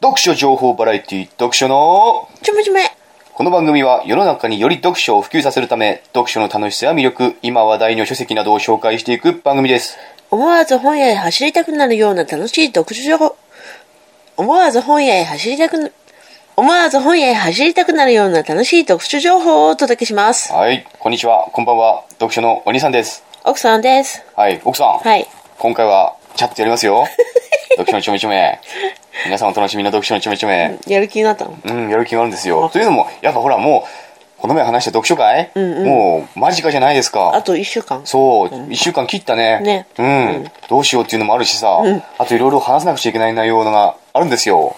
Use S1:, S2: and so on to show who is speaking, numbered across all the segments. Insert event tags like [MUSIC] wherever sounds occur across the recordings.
S1: 読書情報バラエティ読書の
S2: ちょめちょめ。
S1: この番組は世の中により読書を普及させるため読書の楽しさや魅力今話題の書籍などを紹介していく番組です
S2: 思わず本屋へ走りたくなるような楽しい読書情報。思わず本屋へ走りたくな、思わず本屋へ走りたくなるような楽しい読書情報をお届けします。
S1: はいこんにちはこんばんは読書のお兄さんです
S2: 奥さんです。
S1: はい奥さん、
S2: はい。
S1: 今回はチャットやりますよ読書のちょめちょめ皆さんお楽しみの読書のちょめちょめ
S2: やる気になったの
S1: うんやる気があるんですよというのもやっぱほらもうこの前話した読書会、
S2: んうん
S1: もう間近じゃないですか
S2: あと一週間。
S1: そう、一週間切ったね。
S2: ね
S1: うん、どうしようっていうのもあるしさ、あといろいろ話さなくちゃいけない内容があるんですよ。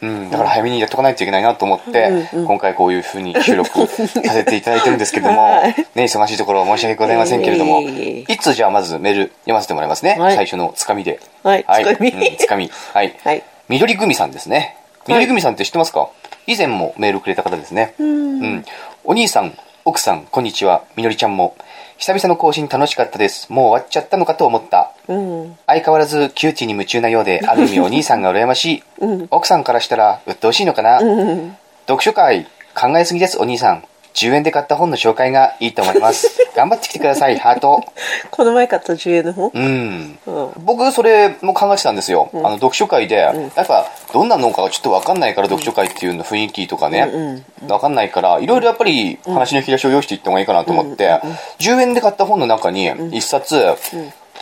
S2: うん。
S1: うん、だから早めにやっとかないといけないなと思って、
S2: うんうん
S1: 今回こういうふうに収録させていただいてるんですけども、
S2: [LAUGHS] はい
S1: ね、忙しいところは申し訳ございませんけれども、
S2: いえいえいえいえ
S1: いつじゃあまずメール読ませてもらいますね。
S2: はい
S1: 最初のつかみで。
S2: はい [LAUGHS] つかみ
S1: うんつかみ。はい。
S2: はい
S1: 緑組さんですね。緑組さんって知ってますか、以前もメールくれた方ですね。
S2: [LAUGHS]
S1: うん。お兄さん、奥さん、こんにちは。みのりちゃんも。久々の更新楽しかったです。もう終わっちゃったのかと思った。
S2: うん。
S1: 相変わらず窮地に夢中なようで、ある意味お兄さんが羨まし
S2: [LAUGHS]
S1: い。奥さんからしたら鬱陶しいのかな。
S2: うん。
S1: 読書会、考えすぎです、お兄さん。10円で買った本の紹介がいいと思い
S2: [LAUGHS]
S1: ます。頑張ってきてください、ハート。
S2: この前買った10円の本。
S1: うん。
S2: うん。
S1: 僕それも考えてたんですよ、あの読書会で、やっぱどんなのかがちょっと分かんないから読書会っていうの雰囲気とかね、
S2: うん
S1: 分かんないからいろいろやっぱり話の引き出しを用意していった方がいいかなと思って、10円で買った本の中に一冊、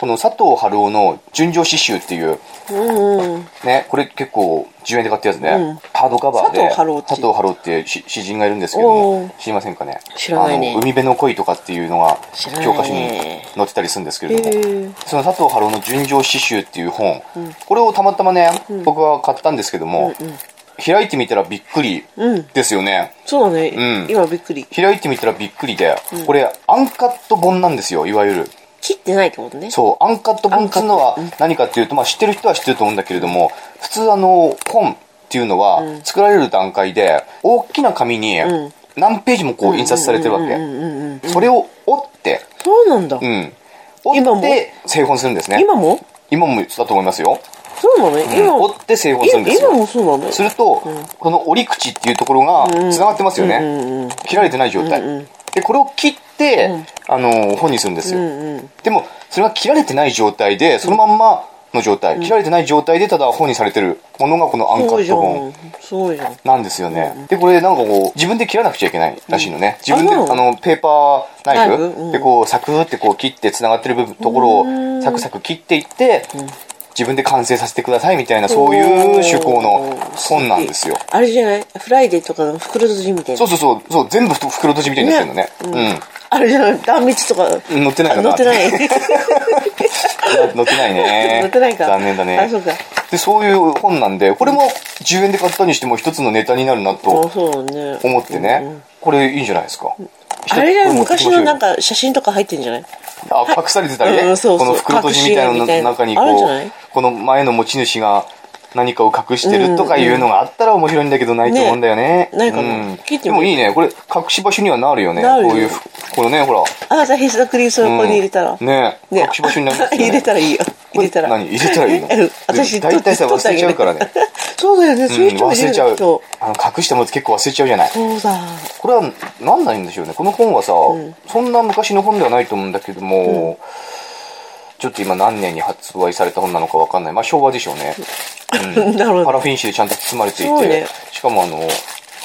S1: この佐藤春夫の「純情詩集」っていう
S2: うんうん。
S1: ね、これ結構10円で買ったやつね、
S2: うん
S1: ハードカバーで
S2: 佐藤春夫って
S1: 佐藤春夫ってし詩人がいるんですけども
S2: おー
S1: 知りませんかね
S2: 知らないね
S1: あの海辺の恋とかっていうのが
S2: 知らない
S1: 教
S2: ね
S1: 科書に載ってたりするんですけ
S2: へ
S1: れども、
S2: え。
S1: その佐藤春夫の「純情詩集」っていう本、これをたまたまね、僕は買ったんですけども、開いてみたらびっくり
S2: うん
S1: ですよね、
S2: そうだね。
S1: うん
S2: 今びっくり。
S1: 開いてみたらびっくりで、これアンカット本なんですよいわゆる
S2: 切ってないってことね。
S1: そうアンカット本っていうのは
S2: アン
S1: 何かっていうと、まあ、知ってる人は知ってると思うんだけれども普通あの本っていうのは作られる段階で大きな紙に
S2: うん
S1: 何ページもこう印刷されてるわ
S2: うん
S1: け
S2: うんうんうん。
S1: それを折って
S2: そうなんだ
S1: う。ん折
S2: 今
S1: っ
S2: も
S1: て製本するんですね
S2: 今も
S1: 今もだと思いますよ
S2: そうなのね。今
S1: 折
S2: も
S1: っ。て製本するんです
S2: 今
S1: よ
S2: もそうなの
S1: すると、この折り口っていうところが
S2: うん
S1: つながってますよね、
S2: うんうん
S1: 切られてない状態、
S2: うんうん
S1: でこれを切って、あの本にするんです
S2: う
S1: よ、
S2: んうん。
S1: でもそれが切られてない状態でそのまんまの状態、切られてない状態でただ本にされてるものがこのアンカ
S2: そう
S1: ッ
S2: じゃ
S1: ト本
S2: ん。そうじゃん。
S1: なんですよね、でこれなんかこう自分で切らなくちゃいけないらしいのね、自分で
S2: あそう
S1: あ
S2: なの
S1: のペーパーナイフ
S2: ナイフうん
S1: でこうサクーってこう切ってつながってる部分ところ
S2: うん
S1: をサクサク切っていって、自分で完成させてくださいみたいなそういう趣向の本なんですよ
S2: あれじゃないフライデーとかの袋閉じみたいな
S1: そうそうそうそう全部袋閉じみたいになってるのね
S2: あれじゃない断蜜とか
S1: うん乗ってない
S2: あ
S1: かな
S2: [LAUGHS] 乗ってない
S1: 乗ってないね
S2: [LAUGHS] 乗ってないか
S1: 残念だね
S2: あそうか
S1: でそういう本なんでこれも10円で買ったにしても一つのネタになるな
S2: あ
S1: と
S2: そうね
S1: 思ってねこれいいんじゃないですか
S2: あれじゃない昔のなん
S1: か
S2: か写真とか入ってんじゃない
S1: あ隠されてたり
S2: うんう
S1: ね
S2: んそう
S1: こ
S2: そう
S1: の袋閉じみたいなの
S2: 隠し絵みたいな
S1: 中に
S2: あるんじ
S1: こ
S2: ゃ
S1: う
S2: ない
S1: この前の持ち主が何かを隠してるとかいうのがあったら面白いんだけどないと思うんだよね
S2: ねないかな
S1: うん
S2: 聞いて
S1: で
S2: みよ
S1: も
S2: う
S1: いいねこれ隠し場所にはなるよね
S2: なるよ
S1: こういうこのねほら
S2: あじゃあ必須クリームそ
S1: うん
S2: こに入れたら、
S1: ね
S2: ね
S1: 隠し場所になりますよね
S2: [LAUGHS] 入れたらいいよ入れたら
S1: これ何入れたらいいの
S2: うん [LAUGHS] 私
S1: 大体さ
S2: 取っ
S1: 忘れちゃうから
S2: [LAUGHS]
S1: ね
S2: そうだよね、
S1: う
S2: そ
S1: ん
S2: ういう人も
S1: 忘
S2: いる
S1: れ
S2: よ
S1: ちゃう
S2: そ
S1: あの隠したものって結構忘れちゃうじゃないう
S2: そうだ
S1: これは何なんでしょうねこの本はさ、そんな昔の本ではないと思うんだけども、ちょっと今何年に発売された本なのかわかんないまあ昭和でしょうね、うん
S2: なるほど
S1: パラフィン紙でちゃんと包まれてい
S2: すご
S1: て、
S2: いね
S1: しかもあの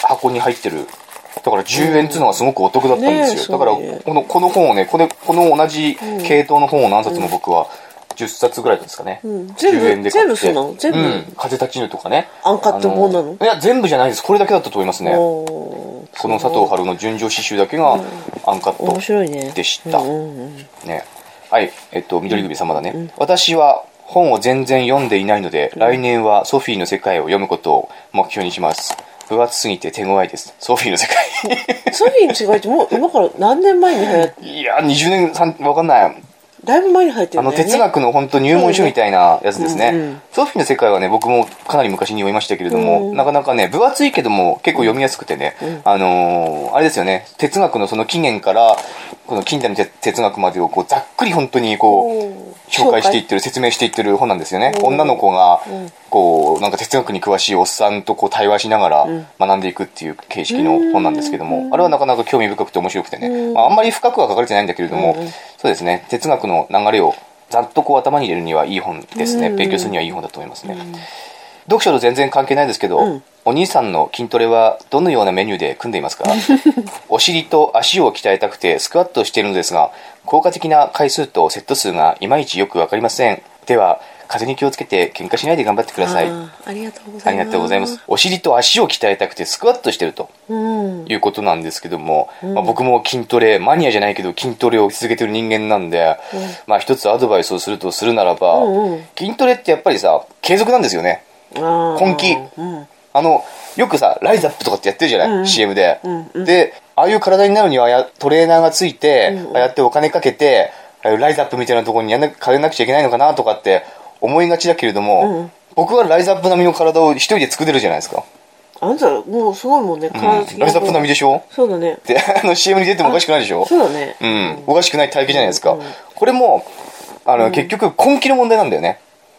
S1: 箱に入ってるだから10円っていうのがすごくお得だったんですよ、
S2: うんねえ
S1: だから
S2: そうね
S1: このこの本をねこれこの同じ系統の本を何冊も僕は10冊ぐらいですかね、
S2: ん全部
S1: 10円で買って
S2: 全部そうなの全部
S1: うん風立ちぬとかね
S2: アンカット本なの
S1: あいや全部じゃないですこれだけだったと思いますね
S2: おー
S1: この佐藤春の純情詩集だけがアンカ
S2: 面
S1: ッ
S2: 白いね
S1: トでした。
S2: うんうんうん
S1: ね、はい、えっと、緑組様だね。私は本を全然読んでいないので、来年はソフィーの世界を読むことを目標にします。分厚すぎて手強いです。ソフィーの世界。 [LAUGHS]
S2: ソフィーの違いってもう今から何年前に流行っ
S1: いや、20年、さんわかんない。
S2: だいぶ前に入って
S1: あ
S2: るんだ
S1: の
S2: よね。
S1: 哲学の本当入門書みたいなやつですね、
S2: うんうん
S1: ソフィーの世界はね僕もかなり昔に読みましたけれども、
S2: うん
S1: なかなかね分厚いけども結構読みやすくてね、あのーあれですよね哲学のその起源からこの近代の哲哲学までをこうざっくり本当にこう紹介していってる説明していってる本なんですよね、
S2: うん
S1: 女の子が
S2: うん
S1: こうなんか哲学に詳しいおっさんとこう対話しながら学んでいくっていう形式の本なんですけども、あれはなかなか興味深くて面白くてね、
S2: うん
S1: まあ、あんまり深くは書かれてないんだけれども、
S2: うん
S1: そうですね哲学の流れをざっとこう頭に入れるにはいい本ですね、
S2: うん
S1: 勉強するにはいい本だと思いますね、読書と全然関係ないですけど、
S2: うん
S1: お兄さんの筋トレはどのようなメニューで組んでいます
S2: [LAUGHS]
S1: かお尻と足を鍛えたくてスクワットをしているのですが効果的な回数とセット数がいまいちよくわかりませんでは風に気をつけて喧嘩しないで頑張ってください
S2: あーありがとうござ
S1: あ
S2: い
S1: り
S2: ます。
S1: がとうございます。お尻と足を鍛えたくてスクワットしてると
S2: うん。
S1: いうことなんですけども、まあ、僕も筋トレマニアじゃないけど筋トレを続けてる人間なんで、まあ一つアドバイスをするとするならば、
S2: うんうん
S1: 筋トレってやっぱりさ継続なんですよね
S2: 本
S1: 本気
S2: うん。
S1: あのよくさライズアップとかってやってるじゃない、
S2: うんうん
S1: CM で、
S2: うんうん
S1: でああいう体になるにはやトレーナーがついて、ああやってお金かけてああいうライズアップみたいなところにやんな通わなくちゃいけないのかなとかって思いがちだけれども、
S2: うん
S1: 僕はライズアップ並みの体を一人で作れるじゃないですか、
S2: あんた、もうすごいもんね。
S1: うん
S2: 体
S1: ライ
S2: つき
S1: ズアップ並みでしょ [LAUGHS]
S2: そうだね
S1: っ。てあの CM に出てもおかしくないでしょ
S2: そうだね。
S1: うん、おかしくない体型じゃないですか、
S2: うん
S1: これもあの、結局根気の問題なんだよね、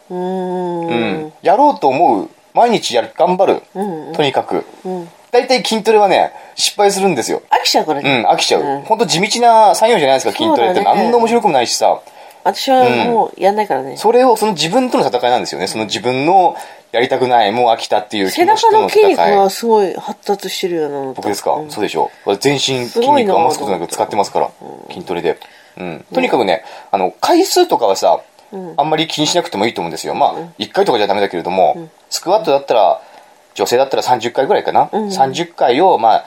S2: うーん。
S1: やろうと思う毎日やる頑張る、
S2: うんうん
S1: とにかく
S2: うん。
S1: 大体筋トレはね失敗するんですよ
S2: 飽きちゃうから
S1: う
S2: ね。
S1: ん飽きちゃう、
S2: うん
S1: ほんと地道な作業じゃないですか筋トレって、
S2: そうだね
S1: 何の面白くもないしさ
S2: 私はもうやんないからね。
S1: それをその自分との戦いなんですよねその自分のやりたくないもう飽きたっていう気
S2: 背
S1: 持ち
S2: 中
S1: と
S2: の
S1: の
S2: 筋肉
S1: 戦
S2: はいすごい発達してるようなのと
S1: 僕ですか、
S2: うん
S1: そうでしょう全身
S2: す
S1: 筋
S2: ごい
S1: 肉
S2: な
S1: 余すことなく使ってますから筋トレで、うん、とにかくねあの回数とかはさ、あんまり気にしなくてもいいと思うんですよまあ、1回とかじゃダメだけれども、スクワットだったら女性だったら30回ぐらいかな、
S2: うん
S1: 30回をまあ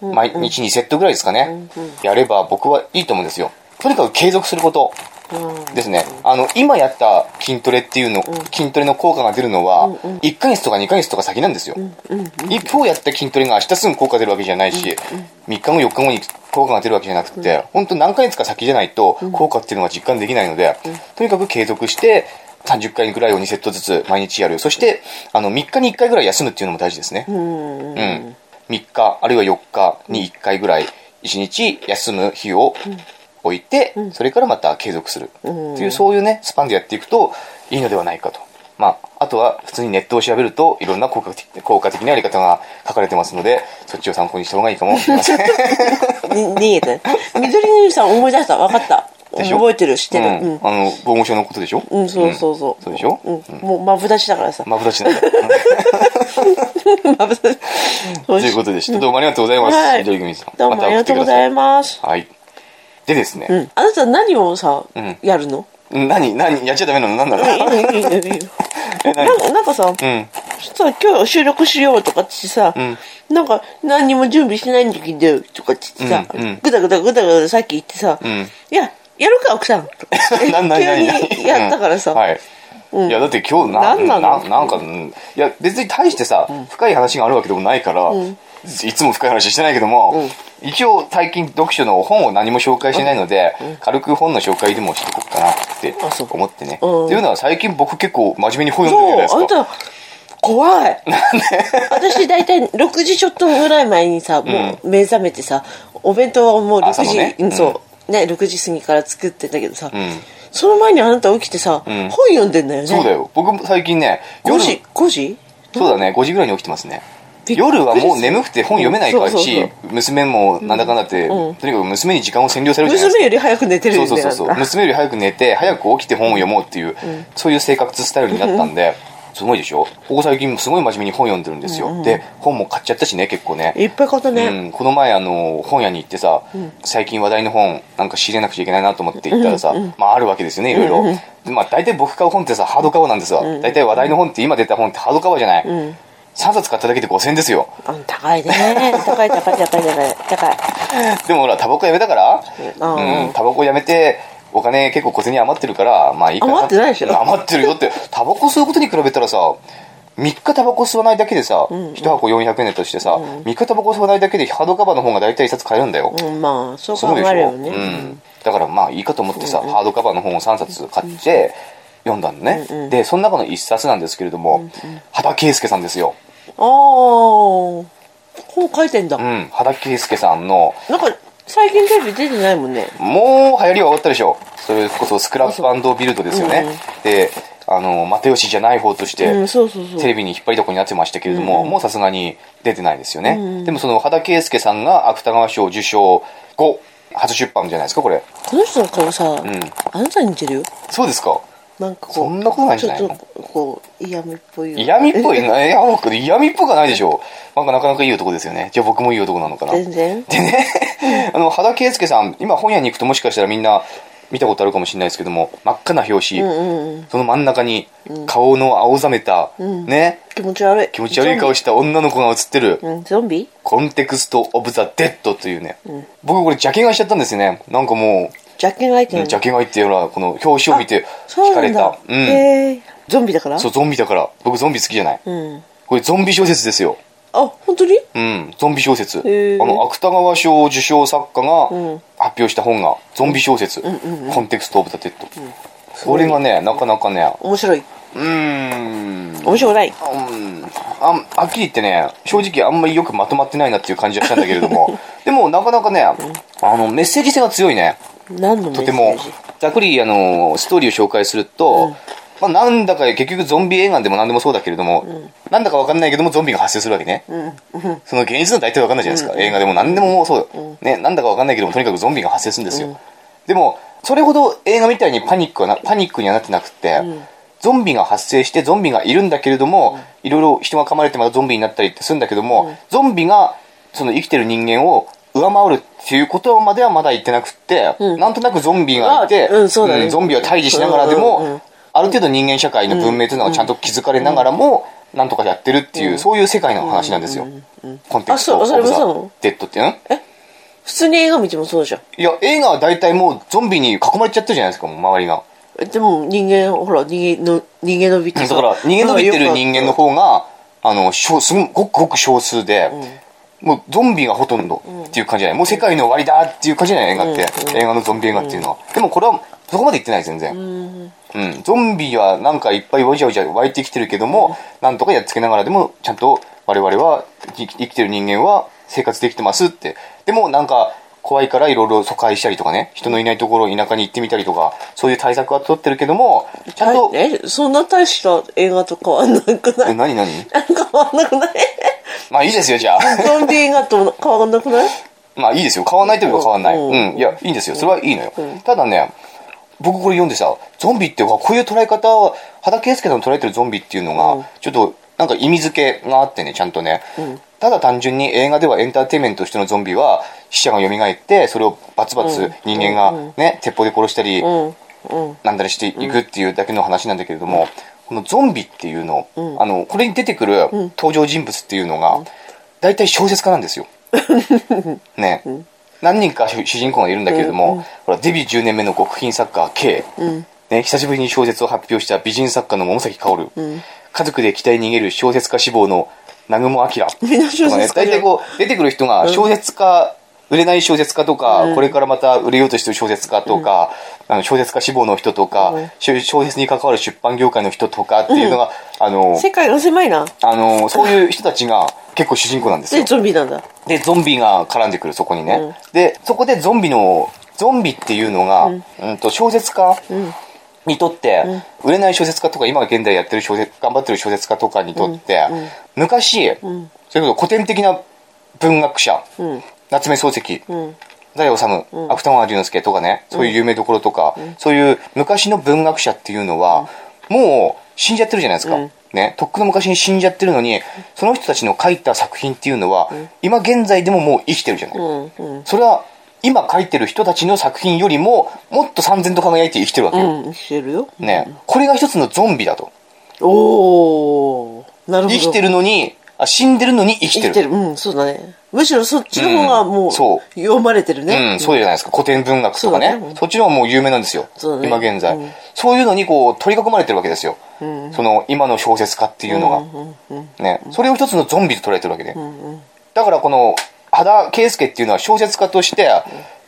S1: 毎日2セットぐらいですかね、
S2: うんうん
S1: やれば僕はいいと思うんですよとにかく継続すること
S2: うん
S1: ですね、あの今やった筋トレっていうの、筋トレの効果が出るのは、1ヶ月とか2ヶ月とか先なんですよ、一今日やった筋トレが明日すぐ効果出るわけじゃないし、3日後4日後に効果が出るわけじゃなくて、本当何ヶ月か先じゃないと効果っていうのは実感できないので、とにかく継続して30回ぐらいを2セットずつ毎日やるそしてあの3日に1回ぐらい休むっていうのも大事ですね、
S2: うんうん。
S1: うん、3日あるいは4日に1回ぐらい1日休む日を置いて、それからまた継続するって
S2: ん
S1: いう、そういうねスパンでやっていくといいのではないかと。まあ、あとは普通にネットを調べるといろんな効果的効果的なやり方が書かれてますのでそっちを参考にした方がいいかもしれま
S2: [LAUGHS]
S1: せん。
S2: に逃げて。緑のゆさん思い出した。わかった。
S1: でしょ
S2: 覚えてる、知ってる。
S1: う
S2: うんん。
S1: あの防護症のことでしょ、
S2: うん、そうそうそ
S1: ん
S2: う。
S1: そうでしょ、
S2: うん。もう、まぶだちだからさ。
S1: マブダチなん
S2: [LAUGHS]
S1: だ。
S2: まぶだち。
S1: ということでした。どうもありがとうございます。
S2: はい
S1: 緑組さん。
S2: どうもありがとうござい
S1: ま
S2: ます。
S1: た送ってください。はい。でですね、
S2: うん。あなた何をさ
S1: ん、
S2: やるの
S1: 何何やっちゃダメなの何なの
S2: いいよいいよいいよ
S1: [LAUGHS] え
S2: な
S1: 何
S2: んかなんかさ、
S1: うん。
S2: さ今日収録しようとかってさ、なんか何にも準備してないんだけどとかって言ってさ、
S1: うんうん
S2: ぐだぐだぐだぐださっき言ってさ、
S1: ん
S2: いややるか奥さん
S1: [LAUGHS] ななな
S2: 急
S1: な
S2: にやったからさ、
S1: うんはい。いや、だって今日な、
S2: 何なの
S1: ななんか、うんいや、別に大してさ、深い話があるわけでもないから、いつも深い話してないけども、一応最近読書の本を何も紹介してないので、軽く本の紹介でもしてこうかなって
S2: あそう
S1: 思ってね。
S2: うん
S1: っていうのは最近僕結構真面目に本読んでるじゃないです
S2: そ
S1: か。
S2: うあんた怖い私大体6時ちょっとぐらい前にさもう目覚めてさお弁当はもう6
S1: 朝の
S2: 時、
S1: ね
S2: うんそうね6時過ぎから作ってんだけどさ、
S1: ん
S2: その前にあなた起きてさ、
S1: ん
S2: 本読んでんだよね
S1: そうだよ。僕も最近ね、
S2: 5
S1: 夜、
S2: 時5時
S1: そうだね、5時ぐらいに起きてますね。
S2: びっくりする
S1: 夜はもう眠くて本読めないから
S2: そうそうそ
S1: し、娘もなんだかんだって、
S2: うん
S1: とにかく娘に時間を占領されるじゃないですか
S2: 娘より早く寝てる
S1: そ
S2: ん
S1: うそ
S2: だ
S1: うそ
S2: よ
S1: う
S2: [LAUGHS]
S1: そう
S2: あんた
S1: 娘より早く寝て早く起きて本を読もうっていう、そういう生活スタイルになったんで、すごいでしょここ最近すごい真面目に本読んでるんですよ、で本も買っちゃったしね結構ね
S2: いっぱい買ったね、
S1: うん、この前あの本屋に行ってさ、最近話題の本なんか仕入れなくちゃいけないなと思って行ったらさ、まああるわけですよねいろいろ、でまあ大体僕買う本ってさハードカバーなんですわ、大体話題の本って今出た本ってハードカバーじゃない、
S2: ん
S1: 3冊買っただけで5000ですよ
S2: うん、高いね。 [LAUGHS] 高い高い高い高い高い。
S1: でもほらタバコやめたから、
S2: うんうん
S1: うん、タバコやめてお金結構小銭余ってるからまあいいかな
S2: 余ってないでしょ
S1: 余ってるよってタバコ吸うことに比べたらさ3日タバコ吸わないだけでさ、1箱400円だとしてさ、3日タバコ吸わないだけでハードカバーの本が大体1冊買えるんだよ、
S2: うん、まあ、そう
S1: そう
S2: 考
S1: でし
S2: えれ
S1: ょ、
S2: ばね。
S1: うん、だからまあいいかと思ってさ、ハードカバーの本を3冊買って読んだのね、
S2: うんうん
S1: でその中の1冊なんですけれども、羽田圭介さんですよ、
S2: ああ本書いてんだ、
S1: うん、羽田圭介さんの
S2: なんか最近テレビ出てないもんね
S1: もう流行りは終わったでしょそれこそスクラップビルドですよね、
S2: うんうん
S1: であの又吉じゃない方として、
S2: うんそうそうそう
S1: テレビに引っ張りだこになってましたけれども、もうさすがに出てないですよね、
S2: うんうん
S1: でもその羽田圭介さんが芥川賞受賞後初出版じゃないですかこれ
S2: この人の顔さ、
S1: ん
S2: あなたに似てるよ
S1: そうですか
S2: なんかこう
S1: そんなことないんじゃないの
S2: ちょっとこう嫌味っぽい
S1: 嫌味っぽい
S2: え
S1: な、いや、僕、嫌味っぽくはないでしょう。なんかなかなかいい男ですよね。じゃあ僕もいい男なのかな。
S2: [LAUGHS] 全然
S1: でね、あの、羽田圭介さん、今本屋に行くともしかしたらみんな見たことあるかもしれないですけども、真っ赤な表紙、
S2: うんうんうん
S1: その真ん中に顔の青ざめた、
S2: うん
S1: ね、
S2: 気持ち悪い
S1: 気持ち悪い顔した女の子が写ってる、
S2: うんゾンビ
S1: コンテクスト・オブ・ザ・デッドというね、僕これ邪気買いしちゃったんですよね。なんかも
S2: ジャッケンライ
S1: う、
S2: ト
S1: 邪気買いっていうのは、この表紙を見て
S2: そ
S1: 惹
S2: う
S1: か
S2: な
S1: れ
S2: んだ
S1: た。うん。
S2: へえゾンビだから
S1: そう、ゾンビだから。僕ゾンビ好きじゃない。
S2: うん
S1: これゾンビ小説ですよ。
S2: あ本当に
S1: うん、ゾンビ小説、
S2: へー
S1: あの芥川賞受賞作家が
S2: うん
S1: 発表した本がゾンビ小説「コンテクスト・オブ・ザ・テッド」これがねなかなかね
S2: 面白いう
S1: ーん
S2: 面白くない
S1: うんあんはっきり言ってね正直あんまりよくまとまってないなっていう感じがしたんだけれど
S2: [LAUGHS]
S1: もでもなかなかねあのメッセージ性が強いね
S2: 何のメッ
S1: と
S2: セージ
S1: てもざっくりあのストーリーを紹介すると、まあ、なんだか結局ゾンビ映画でも何でもそうだけれども、なんだかわかんないけどもゾンビが発生するわけね、その現実の大体わかんないじゃないですか、映画でも何でももうそう、ね、なんだかわかんないけどもとにかくゾンビが発生するんですよ、でもそれほど映画みたいにパニックはなパニックにはなってなくって、ゾンビが発生してゾンビがいるんだけれども、いろいろ人が噛まれてまたゾンビになったりってするんだけども、ゾンビがその生きてる人間を上回るっていうことまではまだ言ってなくって、
S2: うん
S1: なんとなくゾンビががいて、
S2: あうんそうだね
S1: ゾンビを退治しながらで
S2: うんうんうん
S1: も、ある程度人間社会の文明というのはちゃんと気づかれながらも、なんとかやってるっていう、そういう世界の話なんですよ。コンテクスト・オ
S2: あそうそれ
S1: ブ・
S2: も
S1: ザ
S2: そうなの・
S1: デッドっていう
S2: 普通に映画見てもそうじゃん
S1: いや、映画は大体もうゾンビに囲まれちゃってるじゃないですか、もう周りが。
S2: えでも人間ほら逃げの逃げ延びて
S1: だ
S2: さ
S1: から、逃げ延びてる人間の方が、あの、少すごくごく少数で、もうゾンビがほとんどっていう感じじゃない。もう世界の終わりだっていう感じじゃない、映画って。映画のゾンビ映画っていうのは。でもこれは、そこまで言ってない、全然。
S2: うん
S1: うん、ゾンビはなんかいっぱいわじゃわじゃ湧いてきてるけども、なんとかやっつけながらでもちゃんと我々は生き生きてる人間は生活できてますってでもなんか怖いからいろいろ疎開したりとかね人のいないところ田舎に行ってみたりとかそういう対策は取ってるけどもちゃんと、
S2: えそんな大した映画と変わんなくな
S1: え
S2: い
S1: 何何
S2: なんか変わんなくない
S1: まあいいですよじゃあ
S2: ゾンビ映画と変わんなくない
S1: まあいいですよ変わんないといえば変わんない、
S2: う
S1: うんんいやいいんですよそれはいいのよ、
S2: うん
S1: ただね僕これ読んでさゾンビってうわこういう捉え方は畑圭介さんの捉えてるゾンビっていうのが、
S2: うん
S1: ちょっとなんか意味付けがあってねちゃんとね、ただ単純に映画ではエンターテインメントとしてのゾンビは死者が蘇ってそれをバツバツ人間がね、鉄砲で殺したり、
S2: うんうん
S1: なんだりしていくっていうだけの話なんだけれども、このゾンビっていうの,、あのこれに出てくる登場人物っていうのが大体小説家なん
S2: [LAUGHS]
S1: ですよ。ね、何人か主主人公がいるんだけれども、ほらデビュー10年目の極貧作家 K、ね、久しぶりに小説を発表した美人作家の桃崎薫、家族で北へ逃げる小説家志望の南雲明
S2: みんな小説家じゃん
S1: とかね大体こう出てくる人が小説家、売れない小説家とか、これからまた売れようとしてる小説家とか、あの小説家志望の人とか、小小説に関わる出版業界の人とかっていうのが、あの
S2: 世界が狭いな
S1: あのそういう人たちが結構主人公なんですよ
S2: で。ゾンビなんだ
S1: でゾンビが絡んでくるそこにね、
S2: うん
S1: でそこでゾンビのゾンビっていうのが、うんと小説家にとって、売れない小説家とか今現在やってる小説頑張ってる小説家とかにとって、昔、それこそ古典的な文学者、
S2: ん
S1: 夏目漱石、
S2: ん
S1: 太宰治、芥川龍之介とかねそういう有名どころとか、そういう昔の文学者っていうのは、もう死んじゃってるじゃないですか、ね、とっくの昔に死んじゃってるのにその人たちの書いた作品っていうのは、今現在でももう生きてるじゃない、
S2: うんうん
S1: それは今書いてる人たちの作品よりももっと三千と輝いて生きてるわけよ、
S2: うんしてるよ
S1: ね、これが一つのゾンビだと
S2: おおなるほど
S1: 生きてるのにあ死んでるのに生き
S2: 生
S1: てる
S2: きてるうんそうだねむしろそっちの方がも
S1: うんそう
S2: 読まれてる
S1: う
S2: ね
S1: ん、そうじゃないですか古典文学とかね
S2: そうだ
S1: そ
S2: ね
S1: っちの方がもう有名なんですよ、
S2: そうだね
S1: 今現在、
S2: うん
S1: そういうのにこう取り囲まれてるわけですよ、その今の小説家っていうのが、ね、それを一つのゾンビと捉えてるわけで、だからこの羽田圭介っていうのは小説家として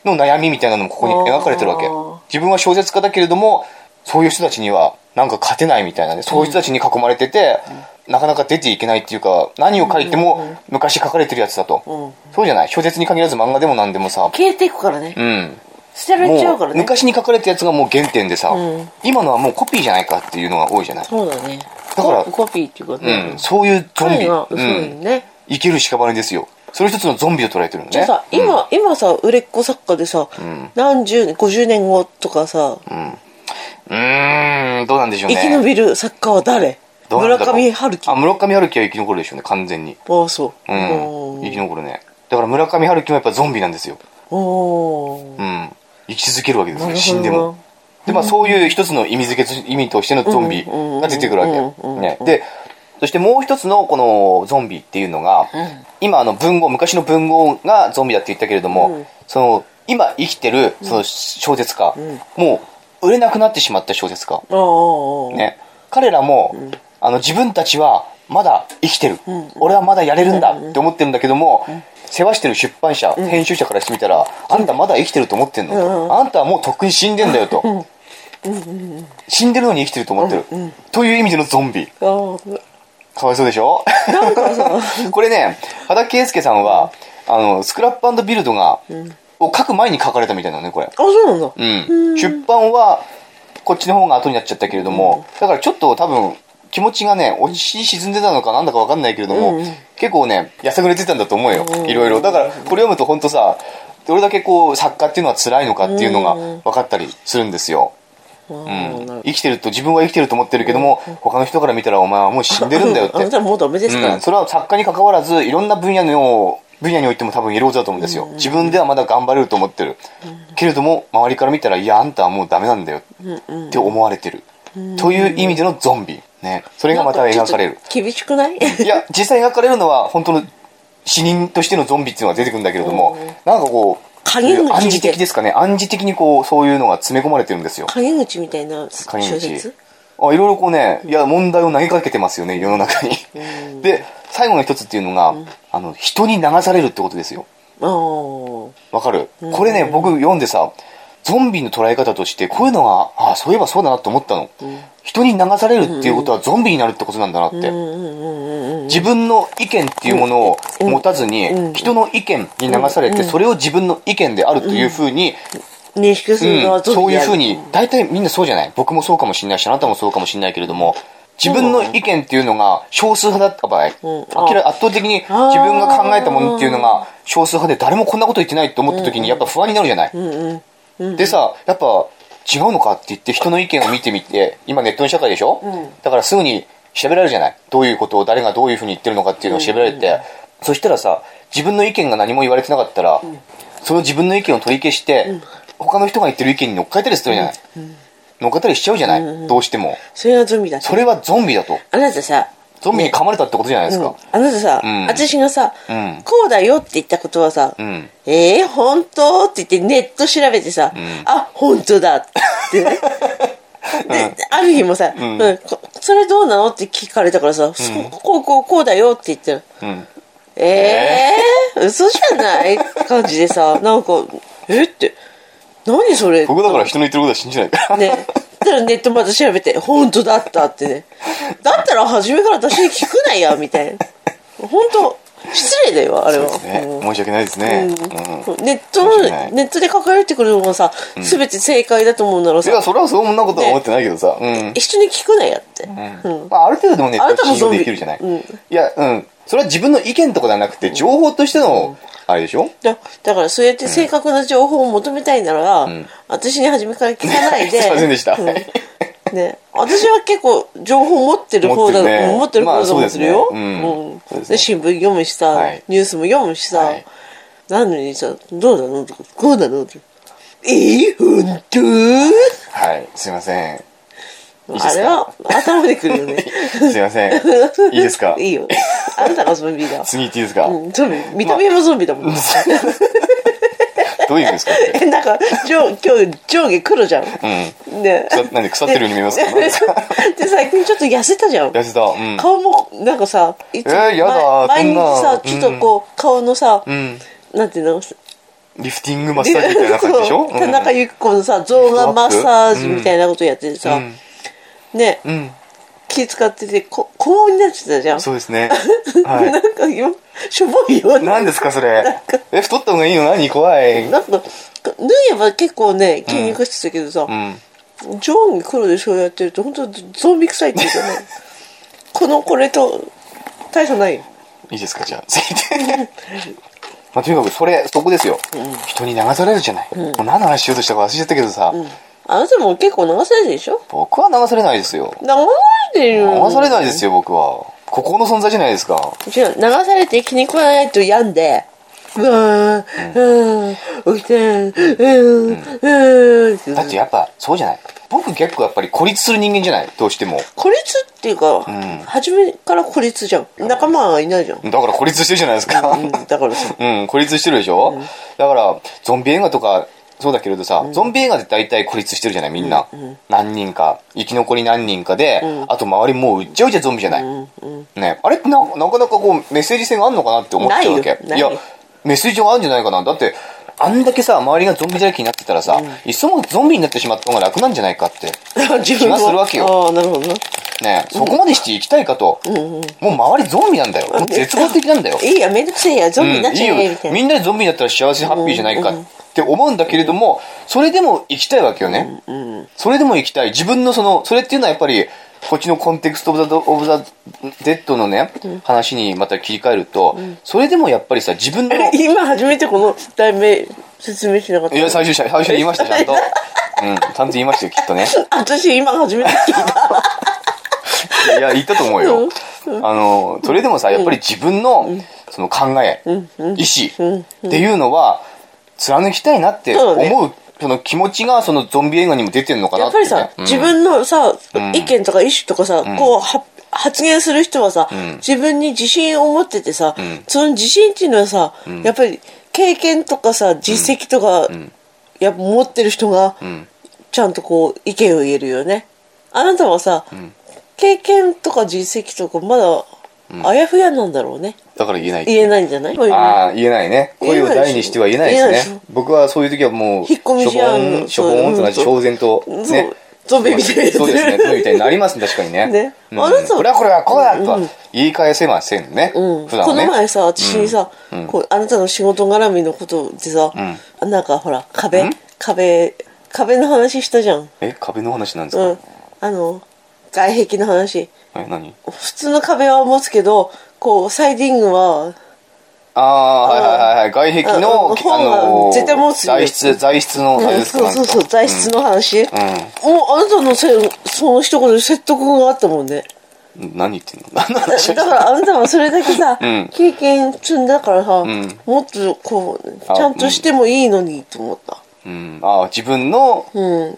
S1: の悩みみたいなのもここに描かれてるわけ
S2: あー
S1: 自分は小説家だけれどもそういう人たちにはなんか勝てないみたいなねそういう人たちに囲まれてて、なかなか出ていけないっていうか何を書いても昔書かれてるやつだと、
S2: うん
S1: そうじゃない小説に限らず漫画でも何でもさ
S2: 消えていくからね
S1: うん
S2: 捨てられちゃ
S1: も
S2: うから
S1: う
S2: ね
S1: 昔に書かれたやつがもう原点でさ、
S2: うん
S1: 今のはもうコピーじゃないかっていうのが多いじゃない、
S2: そうだね
S1: だから
S2: ココピーっていうか
S1: う
S2: ね、
S1: ん、そういうゾンビ、
S2: 彼が
S1: う
S2: そうよ
S1: ん、
S2: ね、
S1: 生きる屍ですよそれ一つのゾンビを捉えてるのね
S2: じゃあさ、今今さ売れっ子作家でさ、何十年50年後とかさ、
S1: うーんどうなんでしょうね
S2: 生き延びる作家は誰
S1: どうなん
S2: 村
S1: だろう
S2: 上春樹
S1: あ
S2: あ
S1: 村上春樹は生き残るでしょうね完全に
S2: あそう、
S1: うん
S2: お
S1: 生き
S2: ー
S1: 残るねだから村上春樹もやっぱゾンビなんですよ
S2: おー
S1: うん生き続けるわけです
S2: な
S1: よ
S2: るほどな
S1: 死んでもでまあそういう一つの意味付け意味としてのゾンビが出てくるわけよ
S2: うんうんうんうん
S1: ねでそしてもう一つのこのゾンビっていうのが、今あの文豪昔の文豪がゾンビだって言ったけれども、
S2: うん
S1: その今生きてるその小説家、
S2: ん
S1: もう売れなくなってしまった小説家、
S2: あーあー、
S1: ね、彼らも、あの自分たちはまだ生きてる、
S2: ん
S1: 俺はまだやれるんだって思ってるんだけども、世話してる出版社、編集者からしてみたら、あんたまだ生きてると思ってんの、
S2: うんうん
S1: あんたはもうとっくに死んでんだよと、死んでるのに生きてると思ってる、という意味でのゾンビ
S2: あー
S1: かわいそうでしょ [LAUGHS] これね羽田圭介さんはあのスクラップビルドが、を書く前に書かれたみたいなのねこれ
S2: あそうなんだ、
S1: うん、出版はこっちの方が後になっちゃったけれども、だからちょっと多分気持ちがね落ち沈んでたのかなんだかわかんないけれども、
S2: うんうん
S1: 結構ねやさぐれてたんだと思うよ、
S2: うん
S1: いろいろだからこれ読むと本当さどれだけこう作家っていうのは辛いのかっていうのが
S2: うん
S1: 分かったりするんですよ、
S2: あ
S1: う
S2: ー
S1: ん
S2: なる
S1: 生きてると自分は生きてると思ってるけども、他の人から見たらお前はもう死んでるんだよっ
S2: あ
S1: て
S2: なたもうダメですから、
S1: うん、それは作家に関わらずいろんな分野の分野においても多分いろいろだと思うんですよ、自分ではまだ頑張れると思ってる、けれども周りから見たらいやあんたはもうダメなんだよって思われてる、という意味でのゾンビねそれがまた
S2: なん
S1: 描
S2: ちょ
S1: か
S2: っ
S1: れる
S2: と厳しくない [LAUGHS]
S1: いや実際描かれるのは本当の死人としてのゾンビっていうのが出てくるんだけれども、
S2: うん
S1: なんかこう
S2: 陰口みたい
S1: 暗示的ですかね暗示的にこうそういうのが詰め込まれてるんですよ
S2: 陰口みたいな小
S1: 陰口
S2: 説
S1: あいろいろこうねいや問題を投げかけてますよね世の中に、で最後の一つっていうのが、あの人に流されるってことですよ
S2: あー
S1: わかる、これね僕読んでさゾンビの捉え方としてこういうのがあそういえばそうだなと思ったの、人に流されるっていうことはゾンビになるってことなんだなって、
S2: うんうんうんうんうん
S1: 自分の意見っていうものを持たずに、人の意見に流されて、それを自分の意見であるというふうに、
S2: 認識するの
S1: う
S2: は
S1: ん、そういうふう
S2: う
S1: に大体みんなそうじゃない僕もそうかもしれないしあなたもそうかもしれないけれども自分の意見っていうのが少数派だった場合、
S2: うんあ
S1: 明ら圧倒的に自分が考えたものっていうのが少数派で誰もこんなこと言ってないと思った時にやっぱ不安になるじゃない、でさやっぱ違うのかって言って人の意見を見てみて今ネットの社会でしょ、だからすぐに調べられるじゃないどういうことを誰がどういうふうに言ってるのかっていうのを調べられて、そしたらさ自分の意見が何も言われてなかったら、その自分の意見を取り消して、他の人が言ってる意見に乗っかえたりするじゃない、乗っかったりしちゃうじゃない、どうしても
S2: それはゾンビだって
S1: それはゾンビだと
S2: あなたさ
S1: ゾンビに噛まれたってことじゃないです
S2: う
S1: か、
S2: ん、あなたさ、
S1: うん
S2: 私がさ、
S1: うん
S2: こうだよって言ったことはさ、
S1: ん
S2: ええー、本当って言ってネット調べてさ、あ本当だって [LAUGHS] ねで、ある日もさ、うんこそれどうなのって聞かれたからさ、そこうこうこうだよって言ったら、
S1: ん
S2: ええー、嘘じゃないって感じでさなんかえって何それ
S1: 僕だから人の言ってることは信じないから
S2: ね。だからネットまた調べて、本当だったってね。だったら初めから私に聞くなよ、みたいな。本当失礼だよ、あれは。
S1: ね
S2: うん
S1: 申し訳ないですね、うん
S2: うんネット
S1: 申し訳な
S2: の、
S1: い
S2: ネットで書かれてくるのがさ、すべて正解だと思うなら
S1: い
S2: さ
S1: や、それはそんなことは思ってないけどさ、うん
S2: 一緒に聞くなよって。うん
S1: まあ、ある程度でもね、
S2: あなたも
S1: 信
S2: ゾ
S1: 用
S2: ンビ
S1: できるじゃない、
S2: うん
S1: いや、うん。それは自分の意見とかじゃなくて、情報としての、あれでしょ
S2: だだからそうやって正確な情報を求めたいなら、私に初めから聞かない
S1: [LAUGHS]
S2: で
S1: すいませんでした
S2: うね、私は結構情報持ってる方
S1: 持
S2: だ
S1: ってるね
S2: 持ってる方だと思ってるよ、
S1: まあそうですねうん
S2: うん
S1: そうですね
S2: で新聞読むしさ、
S1: はい
S2: ニュースも読むしさ、
S1: はい
S2: なのにさどうなのとかこうなのとかえー、本当
S1: はい。すいません。いいで
S2: あ
S1: す
S2: れ
S1: か
S2: は頭でくるよね
S1: すいません。 [LAUGHS] いいですか
S2: [LAUGHS] いいよあなたがゾンビ
S1: [LAUGHS]
S2: だ、
S1: 次行っていいですか、
S2: うん、ゾンビ見た目もゾンビだもん、
S1: どういうんですかって。
S2: えなんか上今日上下黒じゃん、ね
S1: 腐なんで腐ってるように見えますかなんですか
S2: [LAUGHS] で最近ちょっと痩せたじゃん
S1: 痩せた。うん。
S2: 顔もなんかさいつ
S1: えーやだそん
S2: 前毎日
S1: な
S2: さちょっとこう、顔のさ、
S1: ん
S2: なんていうの
S1: リフティングマッサージみたいな感じでしょ
S2: そう田中由紀子のさ動画マッサージみたいなことやっててさ、
S1: うん
S2: ね
S1: うんうん
S2: 気使っててこ高音になってたじゃん、
S1: そうですねは
S2: [LAUGHS] なんかよしょぼいよ
S1: い
S2: ね
S1: 何ですかそれえ太った方がいいよ何怖いうん
S2: なんか脱げば結構ね筋肉質だけどさ、上下黒でしょやってると本当ゾンビ臭いってい
S1: [LAUGHS]
S2: うかねこのこれと大差ないよ
S1: いいですかじゃあつ [LAUGHS] いてまあ、とにかくそれそこですよ、人に流されるじゃない、もう何の話しようとしたか忘れちゃったけどさ、
S2: あなたも結構流されてるでしょ
S1: 僕は流されないですよ
S2: 流されてる
S1: 流
S2: よ
S1: されないですよ僕はここの存在じゃないですか
S2: 違う流されて気に食わないと病んでうわー、うん、起きてうーん、うーん、
S1: だってやっぱそうじゃない僕結構やっぱり孤立する人間じゃないどうしても
S2: 孤立っていうか、
S1: ん
S2: 初めから孤立じゃん仲間がいないじゃん、
S1: だから孤立してるじゃないですか
S2: うん、だからさ
S1: うん、孤立してるでしょ、だから、ゾンビ映画とか、そうだけれどさ、ゾンビ映画で大体孤立してるじゃないみんな、何人か。生き残り何人かで、あと周りもううっちゃうじゃゾンビじゃない、ね。あれってななかなかこう、メッセージ性があるのかなって思っちゃうわけ。
S2: ないよないい
S1: や
S2: よ、
S1: メッセージがあるんじゃないかな。だって、あんだけさ、周りがゾンビだらけになってたらさ、いっそもゾンビになってしまった方が楽なんじゃないか [LAUGHS] って。
S2: 自分
S1: 気がするわけよ
S2: ああなるほどな
S1: ね、そこまでして生きたいかと。もう周りゾンビなんだよ。もう絶望的なんだよ。
S2: いいやめんどくせえやゾンビになっちゃ
S1: うんい
S2: え
S1: いよ
S2: みたいな、
S1: みんなでゾンビになったら幸せハッピーじゃないかって思うんだけれども、それでも生きたいわけよね、それでも生きたい自分のそのそれっていうのはやっぱりこっちのコンテクスト・オブザ・オブザデッドのね、話にまた切り替えると、それでもやっぱりさ自分のい
S2: [LAUGHS] 今初めてこの題名説明しなかった
S1: や最初最初に言いましたちゃん [LAUGHS] と、うん、ちゃんと言いましたよきっとね
S2: 私今初めて聞いた
S1: いや言ったと思うよ、あのそれでもさやっぱり自分のその考え、意思っていうのは貫きたいなって
S2: そうだね
S1: 思うその気持ちがそのゾンビ映画にも出てるのか
S2: や
S1: な
S2: ってぱりさ、
S1: ねうん
S2: 自分のさ意見とか意思とかさ、こうは発言する人はさ、自分に自信を持っててさ、その自信っていうのはさ、やっぱり経験とかさ実績とか、やっぱ持ってる人が、ちゃんとこう意見を言えるよねあなたはさ、経験とか実績とかまだあやふやなんだろうね、
S1: だから言えない
S2: 言えないんじゃないこういうの
S1: ああ言えないね声を大にしては言えない
S2: 言え
S1: で
S2: ない
S1: す
S2: でし
S1: ね
S2: ょ
S1: 僕はそういう時はもう
S2: 引っ込み思案
S1: しょぼんしょぼんとなって
S2: そう
S1: 騒然とね
S2: そうゾンビみたいなやつ
S1: そうですねゾンビみたいになりますね確かにね
S2: ね
S1: うん
S2: あなた
S1: これはこれはこうだとは言い返せませんね、
S2: うん
S1: 普段は
S2: こ
S1: ね
S2: の前さ私にさ、こうあなたの仕事絡みのことでさ、なんかほら壁、壁壁の話したじゃん、
S1: え壁の話なんです
S2: う
S1: か、
S2: ん、あの外壁の話
S1: え何
S2: 普通の壁は持つけどこうサイディングは
S1: ああ、はいはいはいはい。外壁
S2: うん
S1: の、
S2: うん本は絶対持つよ
S1: 材質、材質の、あれですか
S2: そうそうそう材質の話、
S1: なんか
S2: もうあなたのせその一言で説得があったもんね
S1: うん。うん。何言ってんの何の [LAUGHS] 話
S2: だからあなたはそれだけさ、
S1: [LAUGHS] うん
S2: 経験積んだからさ、
S1: ん
S2: もっとこう
S1: あ
S2: ちゃんとしてもいいのにと思った、
S1: うん。ああ、自分の
S2: うん、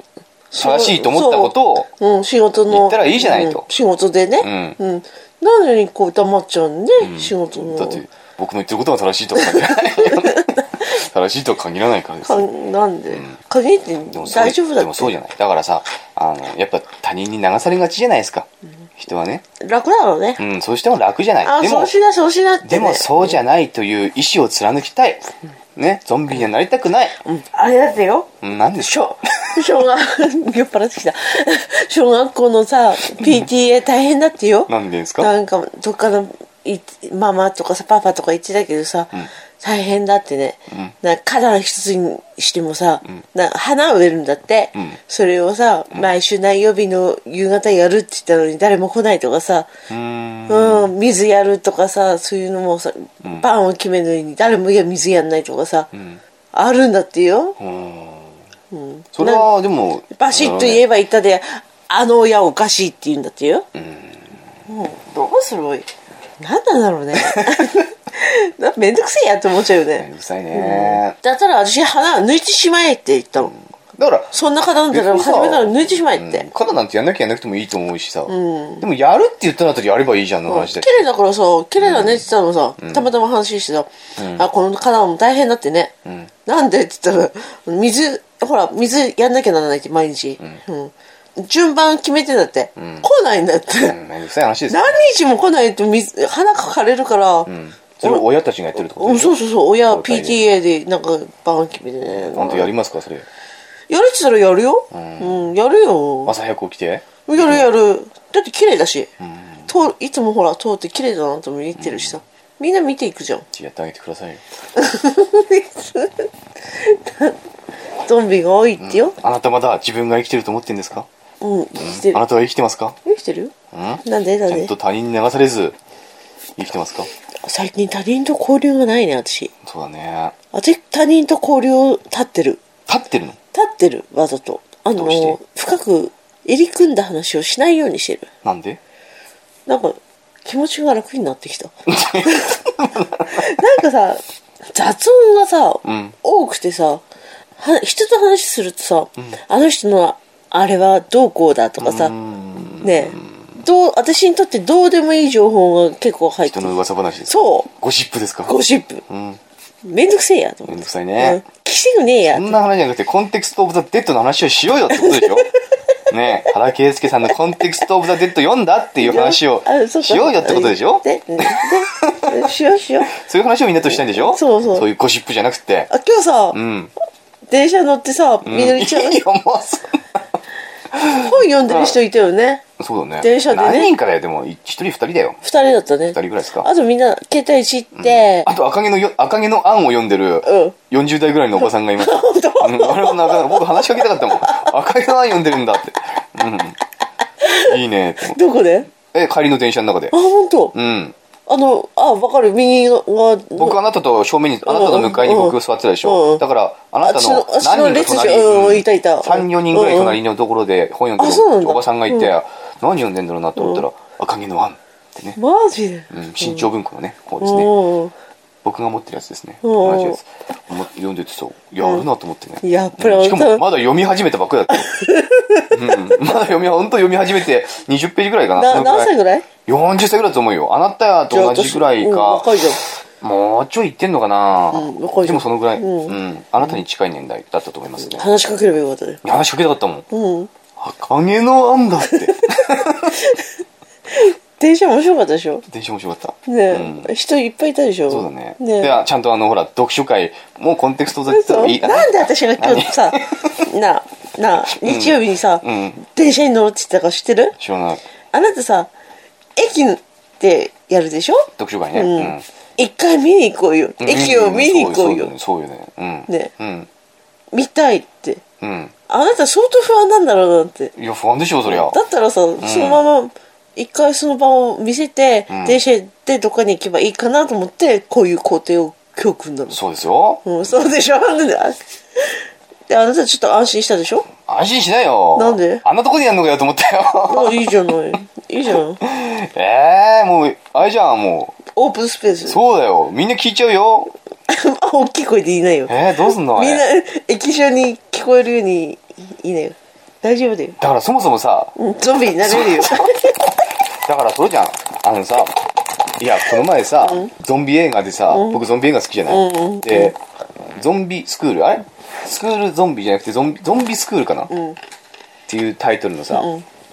S1: 正しいと思ったことを、
S2: を、うん、仕事の
S1: 言ったらいいじゃないと
S2: うん仕事でね、うんなのにこう黙っちゃうんで、仕事の
S1: だって、僕の言ってることが正しいとは限らない [LAUGHS] よね。正しいとは限らないからです
S2: か
S1: よ。
S2: なんで、限って
S1: でもそう
S2: 大丈夫だ
S1: でもそう
S2: っ
S1: じゃない。だからさ、あの、やっぱ他人に流されがちじゃないですか。人はね。
S2: て楽だろうね、
S1: うん、そうしても楽じゃな
S2: あ
S1: い。で
S2: そ
S1: も
S2: う、しなそうしなって、ね、
S1: でもそうじゃないという意志を貫きたい。ね、ゾンビにはなりたくない。
S2: うんあれだってよ
S1: うん、なんでしょう。
S2: 小学 [LAUGHS] 酔っ払ってきた小学校のさ PTA 大変だってよ
S1: なんでですか
S2: なんかどっかのいママとかさパパとか言ってたけどさ、大変だってね、なんか花壇一つにしてもさ、なんか花を植えるんだって、それをさ、毎週何曜日の夕方やるって言ったのに誰も来ないとかさ、
S1: うーん。
S2: うん、水やるとかさそういうのもさ、パンを決めるのに誰もいや水やんないとかさ、あるんだってよ、
S1: それはでも
S2: バシッと言えば言ったであの親おかしいって言うんだってよ、もうどうするおい何なんだろうね [LAUGHS] なめんどくせえやって思っちゃうよ
S1: う
S2: ね
S1: るさいね、
S2: だったら私鼻抜いてしまえって言ったの
S1: だから
S2: そんな方なんだから
S1: 別にさ
S2: 初めから抜いてしまえって、
S1: 肩なんてやんなきゃやんなくてもいいと思うしさ、でもやるって言ったんだったらやればいいじゃんの話
S2: 綺
S1: で、
S2: 麗だからさ綺麗だねって言ったのさ、たまたま話してさ、あこの花壇も大変だってね、なんでって言ったら水ほら水やんなきゃならないって毎日、うん順番決めてんだって、来ないんだって、
S1: うんめんどくさい話ですよ
S2: 何日も来ないと水花枯れるから、
S1: それを親たちがやってるってこ
S2: う
S1: と
S2: ん
S1: でしょ
S2: そうそうそう親
S1: 交代で
S2: PTA でなんかバーン決めてね
S1: あんたやりますかそれ
S2: やるって言ったらやるようん、やるよ
S1: 朝早く起きて
S2: やるやるだって綺麗だし、通いつもほら通って綺麗だなとも言ってるしさ、みんな見ていくじゃん
S1: やってあげてくださいよ
S2: ゾンビが多いってよ
S1: あなたまだ自分が生きてると思ってんですか
S2: うん、生きて
S1: あ
S2: る
S1: なたは生きてますか
S2: 生きてるよ
S1: うん
S2: なんでなん
S1: ちゃん
S2: で
S1: と他人に流されず生きてますか
S2: 最近他人と交流がないね私
S1: そうだね
S2: 私他人と交流を立ってる
S1: 立ってるの
S2: 立ってるわざとあ
S1: どうして
S2: の深く入り組んだ話をしないようにしてる
S1: なんで
S2: なんか気持ちが楽になって
S1: [LAUGHS]
S2: きたなんかさ雑音がさ、
S1: ん
S2: 多くてさは人と話するとさ、あの人のあれはどうこうだとかさ、
S1: うん
S2: ねえどう私にとってどうでもいい情報が結構入って
S1: 人
S2: る
S1: の噂話ですか
S2: そう
S1: ゴシップですか
S2: ゴシップ
S1: うん
S2: めんどくせえやと思って
S1: めんどくさいね
S2: うん、聞きたくねえや
S1: そんな話じゃなくてコンテクスト・オブ・ザ・デッドの話をしようよってことでし
S2: [LAUGHS]
S1: ょねえ原圭介さんの「コンテクスト・オブ・ザ・デッド」読んだっていう話を
S2: あそっか
S1: しようよってことでしょ
S2: でででしようしよう
S1: そういう話をみんなとしたいんでしょ
S2: そうそう
S1: そういうゴシップじゃなくて
S2: あ今日さ、
S1: うん
S2: 電車乗ってさみのりちゃん、
S1: いいよもうそ
S2: 本読んでる人いたよね
S1: そうだね
S2: 電車でね
S1: 何人からやでも一人二人だよ
S2: 二人だったね
S1: 二人ぐらいですか
S2: あとみんな携帯いじって、
S1: あと赤毛のよ赤毛の案を読んでる40代ぐらいのおばさんがい
S2: [LAUGHS]
S1: ました、うん、あれもなかなか僕話しかけたかったもん赤毛の案読んでるんだってうんいいねって思う
S2: どこで
S1: え帰りの電車の中で
S2: あ本当、
S1: うん
S2: あのあ分かる右が
S1: 僕あなたと正面にあなたの向かいに僕座ってたでし
S2: うんう
S1: ょ
S2: ん
S1: だからあなた
S2: 私の
S1: の
S2: 私の
S1: 何人
S2: 列
S1: か
S2: じゃ
S1: 隣
S2: うん
S1: うん
S2: いたいた
S1: 34人ぐらい隣のところで本読
S2: あそうん
S1: で
S2: なん
S1: る
S2: だ
S1: おばさんがいて何読んでんだろうなと思ったら赤毛の案ってね
S2: マジで、
S1: うん新潮文庫のね方ですね
S2: うん
S1: 僕が持ってるやつですね
S2: ん
S1: 同じやつも読んでてさやるなと思ってね、
S2: うんやっぱり
S1: うんしか
S2: 本当
S1: もまだ読み始めたばっかりだった、うん、まだ読み本当読み始めて20ページぐらいかな
S2: な何歳ぐらい
S1: 40歳ぐらいだと思うよあなたと同じぐらい
S2: じゃあ
S1: か
S2: 私うん、若いじゃん
S1: もうちょいいってんのかな、
S2: うん若いじゃん
S1: でもそのぐらい、う
S2: うん
S1: んあなたに近い年代だったと思いますね、
S2: 話しかければよかったね
S1: 話しかけたかったもん
S2: うん
S1: 赤毛のアンだって [LAUGHS]
S2: 電車面白かったでしょ
S1: 電車面白かったうん
S2: ね、え人いっぱいいたでしょ
S1: そうだね
S2: ね
S1: であちゃんとあのほら読書会もうコンテクストだった
S2: そ
S1: ら
S2: う
S1: いい
S2: なんで私が今日さなあなあ日曜日にさ、
S1: うん
S2: 電車に乗るって言ったか知ってる
S1: 知らない
S2: あなたさ駅でやるでしょ
S1: 読書会ね、
S2: う
S1: うん
S2: ん一回見に行こうよ駅を見に行こうよ
S1: そうよねそうよねうん
S2: ね
S1: うん
S2: 見たいって
S1: うん
S2: あなた相当不安なんだろうなって
S1: いや不安でしょそりゃ
S2: だったらさそのまま一回その場を見せて、
S1: ん
S2: 電車でどっかに行けばいいかなと思ってこういう工程を今日組んだの
S1: そうですよ
S2: うん、そうでしょであなたちょっと安心したでしょ
S1: 安心しないよ
S2: なんで
S1: あんなとこでやんのかよと思ったよ
S2: あいいじゃないいいじゃん
S1: [LAUGHS] ええもうあれじゃんもう
S2: オープンスペース
S1: そうだよみんな聞いちゃうよ
S2: あ大きい声で言いないよ
S1: えー、どうすんのあ
S2: みん
S1: れ
S2: な液晶に聞こえるようにいいなよ大丈夫だよ
S1: だからそもそもさ
S2: うんゾンビになれるよ
S1: だからそれじゃんあのさいやこの前さ、ゾンビ映画でさ、僕ゾンビ映画好きじゃない、
S2: うんうん
S1: でゾンビスクールあれスクールゾンビじゃなくてゾンビゾンビスクールかな、っていうタイトルのさ、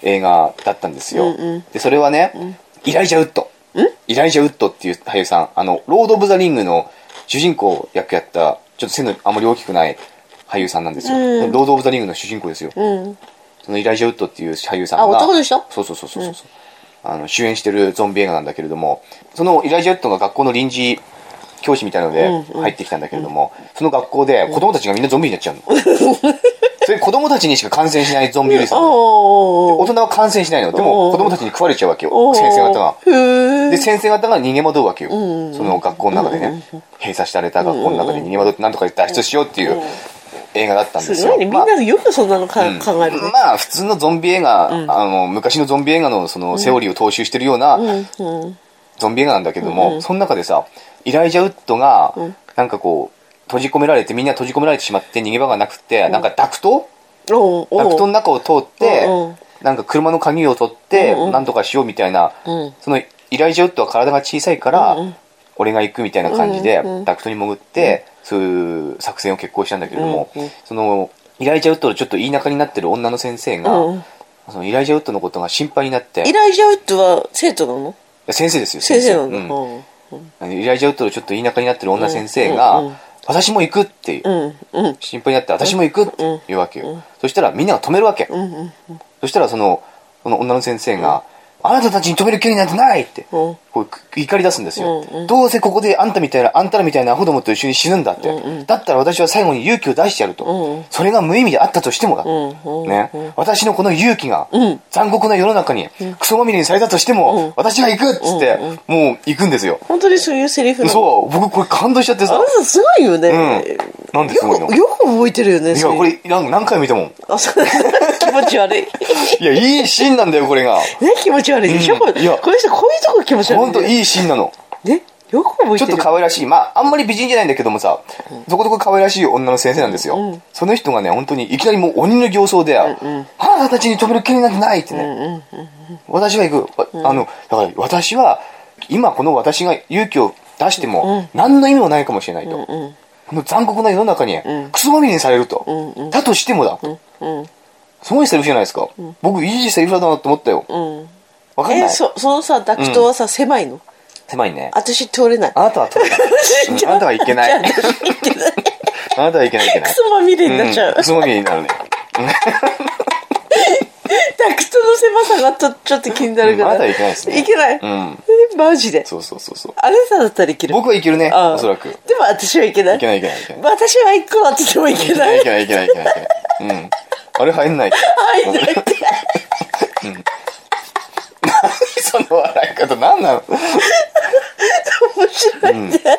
S1: 映画だったんですよ、でそれはね、イライジャウッドイライジャウッドっていう俳優さんあのロード・オブ・ザ・リングの主人公役やったちょっと背のあまり大きくない俳優さんなんですよ、
S2: うん
S1: ロード・オブ・ザ・リングの主人公ですよ、
S2: うん
S1: そのイライジャ・ウッドっていう俳優さんが
S2: あ男の人
S1: そうそうそうそうそう、あの主演してるゾンビ映画なんだけれどもそのイライジャ・ウッドが学校の臨時教師みたいなので入ってきたんだけれども、その学校で子供たちがみんなゾンビになっち [LAUGHS] ゃうの、それ子供たちにしか感染しないゾンビウイルスなの
S2: お
S1: 大
S2: ー
S1: 人は感染しないのでも子供たちに食われちゃうわけよ
S2: おー
S1: 先生方が
S2: へえ
S1: で先生方が逃げ惑うわけよ、その学校の中でね、閉鎖された学校の中で逃げ惑ってなんとか脱出しようっていう映画だったんです
S2: す
S1: よ
S2: ごいねみん
S1: まあ
S2: なよくそんなのか、考えるね
S1: まあ普通のゾンビ映画、あの昔のゾンビ映画のそのセオリーを踏襲してるような
S2: うんうん
S1: ゾンビ映画なんだけども、その中でさイライジャ・ウッドがなんかこう閉じ込められてみんな閉じ込められてしまって逃げ場がなくて、なんかダクト
S2: おうおう
S1: ダクトの中を通って、
S2: うんうん
S1: なんか車の鍵を取ってなんとかしようみたいな、
S2: うん
S1: そのイライジャ・ウッドは体が小さいから、俺が行くみたいな感じで、
S2: うんうん
S1: ダクトに潜って、そういう作戦を決行したんだけれども、
S2: うんうん
S1: そのイライジャ・ウッドのちょっと言い仲になってる女の先生が、
S2: うん
S1: そのイライジャ・ウッドのことが心配になって
S2: イライジャウッドは生徒なの
S1: 先生ですよ
S2: 先生な
S1: うん
S2: の
S1: イライジャウッドのちょっと田舎になってる女先生が、
S2: うんうん
S1: 私も行くって、
S2: うんうん
S1: 心配になって、私も行くって言うわけよ。そしたらみんなが止めるわけ。
S2: うんうん
S1: そしたらその、その女の先生が、あなたたちに止める権利なんてないって、こう怒り出すんですよ、
S2: うんうん
S1: どうせここであんたみたいな、あんたらみたいなアホどもと一緒に死ぬんだって。だったら私は最後に勇気を出してやると。
S2: うんうん
S1: それが無意味であったとしてもだ。
S2: うんうん
S1: ね、私のこの勇気が、
S2: ん
S1: 残酷な世の中に、クソまみれにされたとしても、私が行くっつって、もう行くんですよ。
S2: 本当にそういうセリフなの
S1: そう、僕これ感動しちゃって
S2: あ
S1: さ。
S2: なたすごいよね、
S1: うんなんですごい
S2: よ
S1: の
S2: くよく覚えてるよね
S1: いや、
S2: そういう
S1: これなん何回見ても。
S2: あそう気持ち悪い [LAUGHS] ね
S1: いや、いいシーンなんだよ、これ [LAUGHS] が。
S2: 気持ち悪いでしょ、
S1: うん
S2: これ
S1: いや
S2: この人こういうとこ気持ち悪い
S1: ほんと
S2: い
S1: いいシーンなの。
S2: ねよく覚え
S1: ち
S2: て
S1: ょっ
S2: る
S1: と可愛らしい、まあ、あんまり美人じゃないんだけどもさ、そこそこ可愛らしい女の先生なんですよ。その人がね、本当にいきなりもう鬼の形相で、あなたたちに止める権利なんてないってね、私は行く、わあの、だから私は、今この私が勇気を出しても、何の意味もないかもしれないと。この残酷な世の中に、クソまみれにされると。だとしてもだ。すごいセリフじゃないですか。僕、いいセリフだなと思ったよ。わかん
S2: え
S1: ない
S2: そそのさダクトはさ、狭いの
S1: 狭いね。
S2: 私通れない
S1: あなたは取れない。うんあなたはいけない。
S2: じゃあ私行ってない
S1: あなたはいけないいけな
S2: ク
S1: い。
S2: ソまみれになっちゃう、
S1: ん、つまみになるね。
S2: ダクトの狭さがとちょっと気になるから、
S1: うんまだいけないですね
S2: いけない、
S1: ん
S2: えマジで
S1: そうそうそうそう。
S2: あなただったらいける
S1: 僕はいけるね、
S2: ああ
S1: おそらく。い
S2: でも私はいけない
S1: けないいけないいけない。
S2: 私は行くわって言ってもいけな
S1: い
S2: い
S1: けないいけないいけないいけない。うん。あれ入んない。
S2: 入んないって
S1: その笑い方何なの
S2: 面白いって、